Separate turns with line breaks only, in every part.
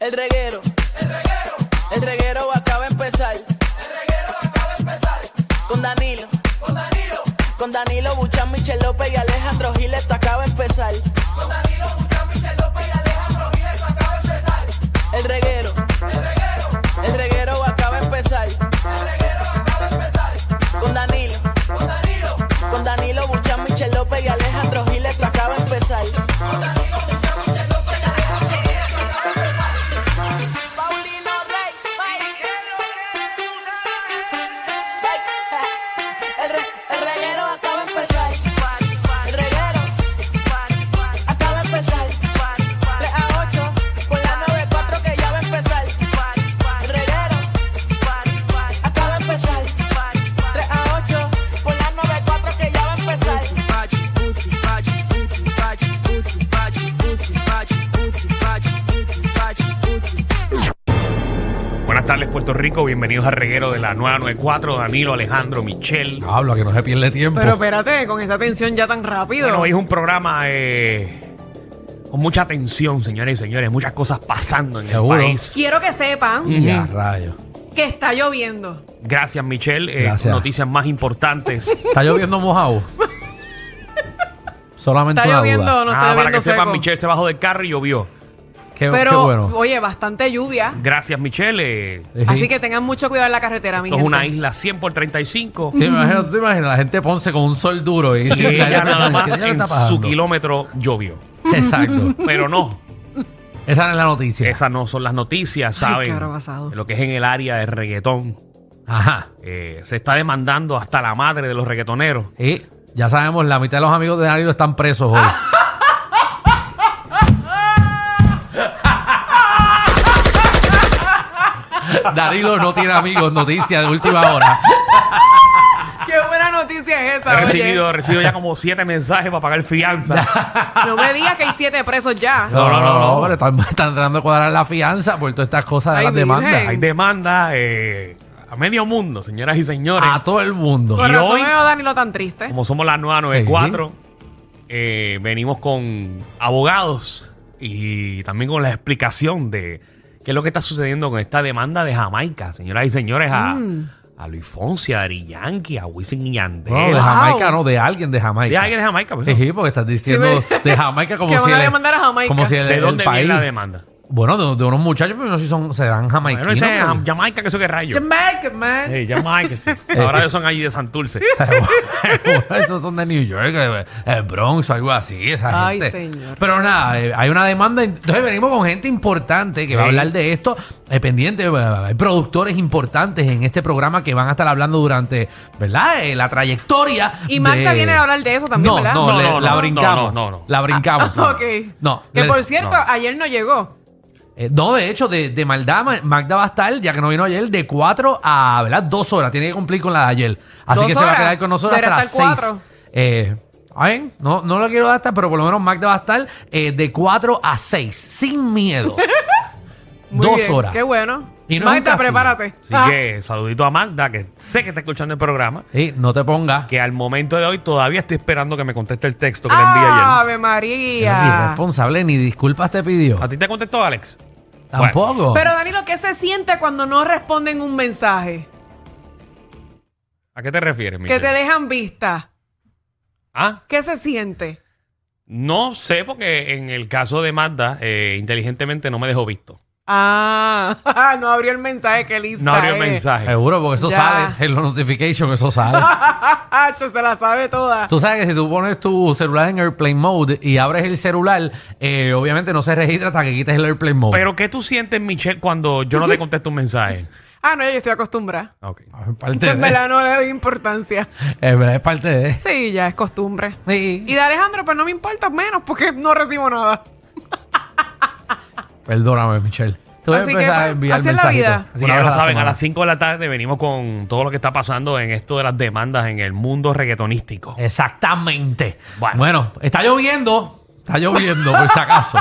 El reguero. El reguero acaba de empezar. Con Danilo. Con Danilo Buchan, Michel López y Alejandro Giles, esto acaba de empezar. El reguero. El reguero acaba de empezar. Con Danilo. Con Danilo Buchan, Michel López y Alejandro Giles, esto acaba de empezar. Paulino Rey, El, re, el reguero acaba de empezar. El reguero acaba de empezar. 3 a 8 por la 94 que ya va a empezar. El reguero acaba de empezar. 3 a 8 por la 94 que ya va a empezar.
Buenas tardes, Puerto Rico. Bienvenidos a Reguero de la 994. Danilo, Alejandro, Michelle.
Habla que no se pierde tiempo.
Pero espérate, con esa tensión ya tan rápido.
Bueno, hoy es un programa eh, con mucha tensión, señores y señores. Muchas cosas pasando en
Seguro.
el país.
Quiero que sepan
ya, rayo.
Mm.
que está lloviendo.
Gracias, Michelle. Eh,
Gracias.
Noticias más importantes.
Está lloviendo mojado. Solamente
Está
una
lloviendo
duda.
o no está
Ah,
lloviendo
para que
seco.
sepan, Michelle se bajó del carro y llovió.
Qué,
Pero,
qué bueno.
oye, bastante lluvia.
Gracias, Michelle. Eh,
Sí.
Así que tengan mucho cuidado en la carretera, mi
esto es
gente.
una isla 100 por 35.
Sí, me imagino, tú te imaginas, la gente de Ponce con un sol duro y,
Y ella nada más
¿Qué se le
en
está
su
pasando?
kilómetro llovió.
Exacto.
Pero no,
Esa no es la noticia.
esas no son las noticias,
Ay,
¿saben?
qué habrá pasado.
Lo que es en el área de reggaetón.
Ajá.
Eh, se está demandando hasta la madre de los reggaetoneros.
Y ya sabemos, la mitad de los amigos de Danilo están presos hoy. Danilo no tiene amigos, noticia de última hora.
Qué buena noticia es
He
Ah,
esa,
recibido, he recibido ya como siete mensajes para pagar fianza.
oye. No me digas que hay siete presos ya.
No, no, no, no.
pero están, están tratando de cuadrar la fianza por todas estas cosas de
Ay,
las demandas.
virgen.
Hay demandas eh, a medio mundo, señoras y señores.
A todo el mundo.
Por
Y
razón
hoy-
veo a Danilo tan triste.
Como somos la nueva 94, eh, venimos con abogados y también con la explicación de qué es lo que está sucediendo con esta demanda de Jamaica, señoras y señores, a,
Mm.
a Luis Fonsi, a Dari Yankee, a Wisin y Yandel.
No, de
Wow.
Jamaica, no, de alguien de Oh, Jamaica.
De alguien de Jamaica, pues,
Sí,
¿no?
sí, porque estás diciendo
me-
de Jamaica como
Que
si
van a
el-
demandar a Jamaica.
Como si el,
¿De
el
dónde
país.
viene la demanda?
Bueno, de, de unos muchachos, pero no sé si son, serán
Bueno,
jamaiquinos.
ese es
pero-
Jamaica, que eso que rayo.
Jamaica, man.
Eh, Jamaica, sí. Ahora ellos son allí de Santurce.
Esos son de New York, eh, el Bronx, algo así, esa
Ay,
gente.
señor.
Pero nada, eh, hay una demanda. Entonces venimos con gente importante que va a
Sí.
hablar de esto. eh, pendiente, eh, hay productores importantes en este programa que van a estar hablando durante, ¿verdad? Eh, la trayectoria.
Y Magda
de-
viene a hablar de eso también,
no,
¿verdad?
No,
No,
le-
no,
la
no,
brincamos.
no, no, no.
La brincamos.
Ah, ok.
No.
Que
le-
por cierto,
no.
ayer no llegó.
eh, no, de hecho, de, de maldad, Ma- Magda va a estar, ya que no vino ayer, de 4 a ¿verdad? 2 horas. Tiene que cumplir con la de ayer. Así
Dos
que se va a
horas.
quedar con nosotros
Deberá
hasta las
estar
6.
cuatro.
Eh, a ver, no, no lo quiero dar hasta, pero por lo menos Magda va a estar eh, de 4 a 6, sin miedo.
Muy
Dos
bien,
horas.
Qué bueno.
Y no es un
Magda,
castigo.
prepárate.
Así
Ah.
que saludito a Magda, que sé que está escuchando el programa,
Sí, no te pongas.
que al momento de hoy todavía estoy esperando que me conteste el texto que le envié
Ah.
ayer. eh,
Ave
Ni
María.
responsable ni disculpas te pidió.
¿A ti te contestó Alex?
Tampoco.
Pero Danilo, ¿qué se siente cuando no responden un mensaje?
¿A qué te refieres,
Que
Michelle?
te dejan vista.
¿Ah?
¿Qué se siente?
No sé, porque en el caso de Magda, eh, inteligentemente no me dejó visto.
Ah, no abrió el mensaje, qué lista.
No abrió el
eh.
mensaje.
Seguro, porque eso
Ya.
sale en los notifications, eso sale.
Hacho, Ah, se la sabe toda.
Tú sabes que si tú pones tu celular en airplane mode y abres el celular, eh, obviamente no se registra hasta que quites el airplane mode.
Pero ¿qué tú sientes, Michelle, cuando yo no te contesto un mensaje?
Ah, no, yo estoy acostumbrada.
Ok.
Ah, es parte de,
En verdad no le doy importancia.
En verdad es parte de.
Sí, ya es costumbre.
Sí.
Y de Alejandro, pues no me importa menos porque no recibo nada.
Perdóname, Michelle. Te voy a
Así que,
empezar a
pa-
enviar
así es la
mensajitos.
vida.
Así que
Una vez
ya
a
lo
la
saben, a
semana.
las 5 de la tarde venimos con todo lo que está pasando en esto de las demandas en el mundo reggaetonístico.
Exactamente. Bueno.
Bueno.
está lloviendo. Está lloviendo, por si acaso.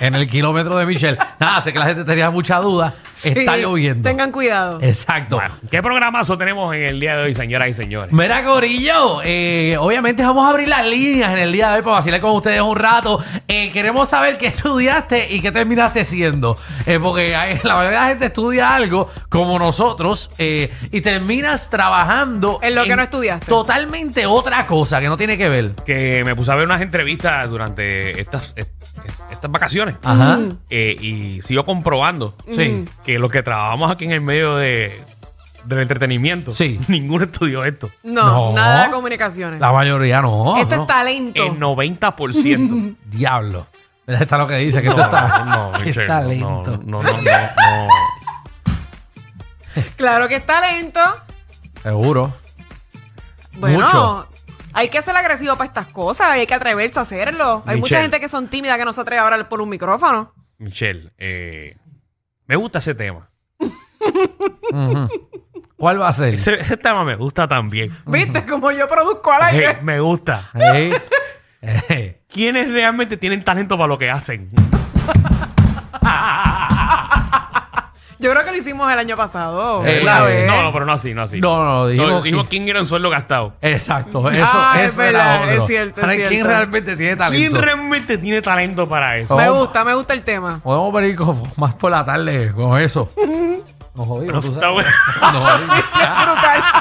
en el kilómetro de Michelle. Nada, sé que la gente tenía mucha duda. Está
Sí,
lloviendo. Eh,
Tengan cuidado.
Exacto.
Bueno, ¿Qué programazo tenemos en el día de hoy, señoras y señores?
Mira, Corillo, eh, obviamente vamos a abrir las líneas en el día de hoy para vacilar con ustedes un rato. Eh, queremos saber qué estudiaste y qué terminaste siendo. Eh, porque hay- la mayoría de la gente estudia algo como nosotros eh, y terminas trabajando
En lo que no estudiaste.
Totalmente otra cosa que no tiene que ver.
Que me puse a ver unas entrevistas durante estas, est- estas vacaciones.
Ajá.
Mm.
Eh, y sigo comprobando
Ah. Sí.
que los que trabajamos aquí en el medio de, del entretenimiento,
Sí.
ninguno estudió esto.
No.
No, nada de comunicaciones.
La mayoría no.
Esto
no.
es talento.
El 90%.
Diablo. Mira, está lo que dice, que
No,
esto está.
no,
que
Michelle,
está
no,
lento.
No, no, no, no, no.
Claro que es talento.
Seguro.
Bueno,
Mucho.
hay que ser agresivo para estas cosas y hay que atreverse a hacerlo. Hay mucha
Michelle.
gente que son tímida que no se atreve a hablar por un micrófono.
Michelle, eh, me gusta ese tema.
¿Cuál va a ser?
Ese, ese tema me gusta también.
¿Viste cómo yo produzco al
Hey,
aire?
me gusta.
Ey. Ey.
¿Quiénes realmente tienen talento para lo que hacen?
Yo creo que lo hicimos el año pasado.
Eh,
una
no,
vez.
no, no, pero no así, no así.
No, no, dijimos
dijimos,
que-
quién era el sueldo gastado.
Exacto, eso,
Ah, es
eso era
verdad,
otro.
es cierto, es
Ahora, ¿Quién
cierto.
realmente tiene talento?
¿Quién realmente tiene talento para eso?
Me
Vamos.
gusta, me gusta el tema.
Podemos venir con- más por la tarde con eso. Nos
No
jodimos, tú
está
sabes.
bueno.
Nos jodimos.
Brutal.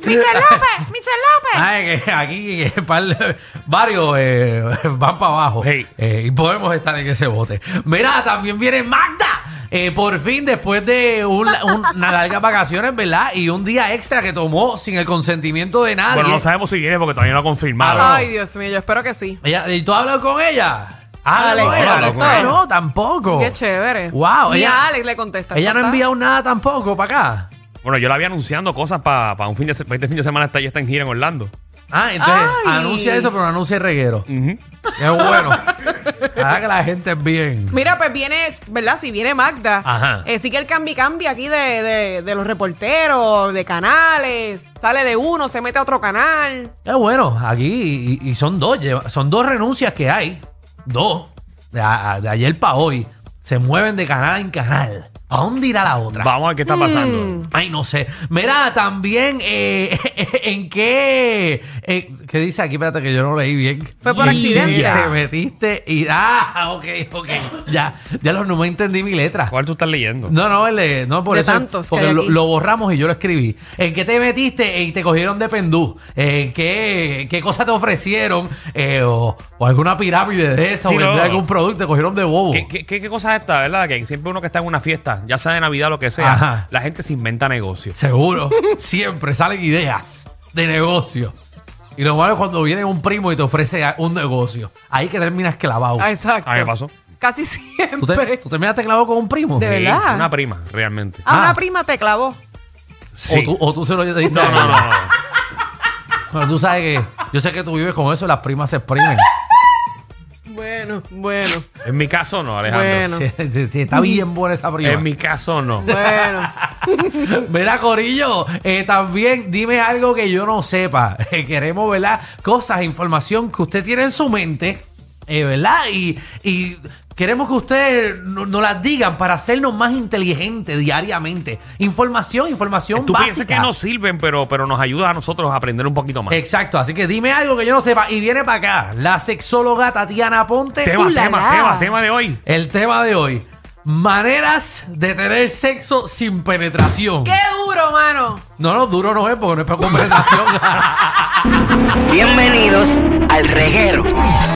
Michelle López, Michelle López.
Ay, que aquí que par de- varios eh, van para abajo
Hey.
Eh, y podemos estar en ese bote. Mira, también viene Magda. Eh, por fin, después de un la- un- unas largas vacaciones, ¿verdad? Y un día extra que tomó sin el consentimiento de nadie.
Bueno, no sabemos si viene porque todavía no ha confirmado.
Ah,
Ay, Dios mío, yo espero que sí.
Ella- ¿Y tú has hablado con ella?
Ah,
Alex,
no,
¿tú has
ella-
hablado con ella?
no, tampoco.
Qué chévere.
Oh. Wow,
Ni
ella-
a Alex le contesta.
Ella no ha
¿Está?
enviado nada tampoco para acá.
Bueno, yo la había anunciando cosas para un fin de, se- este fin de semana. Está, ya está en gira en Orlando.
Ah, entonces
Ay.
anuncia eso, pero no anuncia el reguero.
Ujú.
Es bueno. Ahora que la gente es bien.
Mira, pues viene, ¿verdad? Si viene Magda.
Ajá.
Eh, sí que el cambi cambia aquí de, de- de los reporteros, de canales. Sale de uno, se mete a otro canal.
Es bueno. Aquí, y, y son dos, lleva- son dos renuncias que hay. Dos. De, a- de ayer para hoy. Se mueven de canal en canal. ¿A dónde irá la otra?
Vamos a ver qué está pasando.
Ay, no sé. Mira, también, eh, ¿en qué? eh, ¿Qué dice aquí? Espérate que yo no leí bien.
Fue por accidente.
Te metiste y... Ah, ok, ok. Ya, ya lo- no me entendí mi letra.
¿Cuál tú estás leyendo?
No, no, el, eh, no por
De
eso.
tantos que
porque
hay
lo,
aquí.
lo borramos y yo lo escribí. ¿En qué te metiste y te cogieron de pendú? Eh, ¿qué, ¿Qué cosa te ofrecieron? Eh, o, o alguna pirámide de esa,
Sí,
o vender
no.
algún producto, te cogieron de bobo.
¿Qué, qué, qué- qué cosa es esta, verdad? Que siempre uno que está en una fiesta, ya sea de Navidad o lo que sea,
Ajá.
la gente se inventa negocios.
Seguro. Siempre salen ideas de negocio. Y lo malo es cuando viene un primo y te ofrece a- un negocio. Ahí que terminas clavado.
Ah, exacto.
Ah, ¿qué pasó?
Casi
¿Tú, te,
siempre.
¿Tú terminaste clavado con un primo?
De-
Sí,
verdad?
Una prima, realmente.
A
Ah.
una prima te clavó.
Sí.
O, tú, o tú se lo diste.
No, no, no, no.
Pero tú sabes que... Yo sé que tú vives con eso, las primas se exprimen.
Bueno, bueno,
En mi caso no, Alejandro.
Bueno.
Sí, sí, sí, está bien buena esa prima.
En mi caso no.
bueno.
Mira, Corillo, eh, también dime algo que yo no sepa. Eh, queremos, ¿verdad? Cosas, información que usted tiene en su mente, eh, ¿verdad? Y, y queremos que ustedes no- nos las digan para hacernos más inteligentes diariamente. Información, información
Tú
básica.
piensas que no sirven, pero, pero nos ayuda a nosotros a aprender un poquito más.
Exacto, así que dime algo que yo no sepa. Y viene para acá la sexóloga Tatiana Ponte.
tema,
Uh, la,
tema,
la.
tema, tema de hoy.
El tema de hoy. Maneras de tener sexo sin penetración.
Qué duro, mano.
No, no, duro no es porque no es para penetración.
Bienvenidos al reguero.